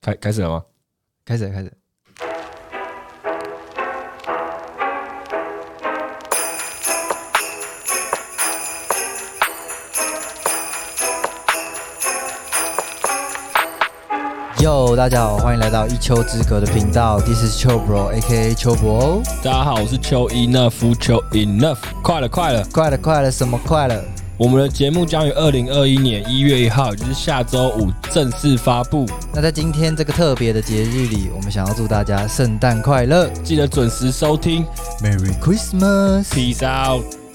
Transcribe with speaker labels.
Speaker 1: 开开始了吗？
Speaker 2: 开始了，开始了。Yo，大家好，欢迎来到一丘之隔的频道，This is 秋 bro A.K.A 秋博哦。
Speaker 1: 大家好，我是邱 enough 邱 enough，快了快了，
Speaker 2: 快了，快了，什么快了？
Speaker 1: 我们的节目将于二零二一年一月一号，也就是下周五正式发布，
Speaker 2: 那在今天这个特别的节日里，我们想要祝大家圣诞快乐
Speaker 1: 记得准时收听。
Speaker 2: ，Merry Christmas。
Speaker 1: Peace out。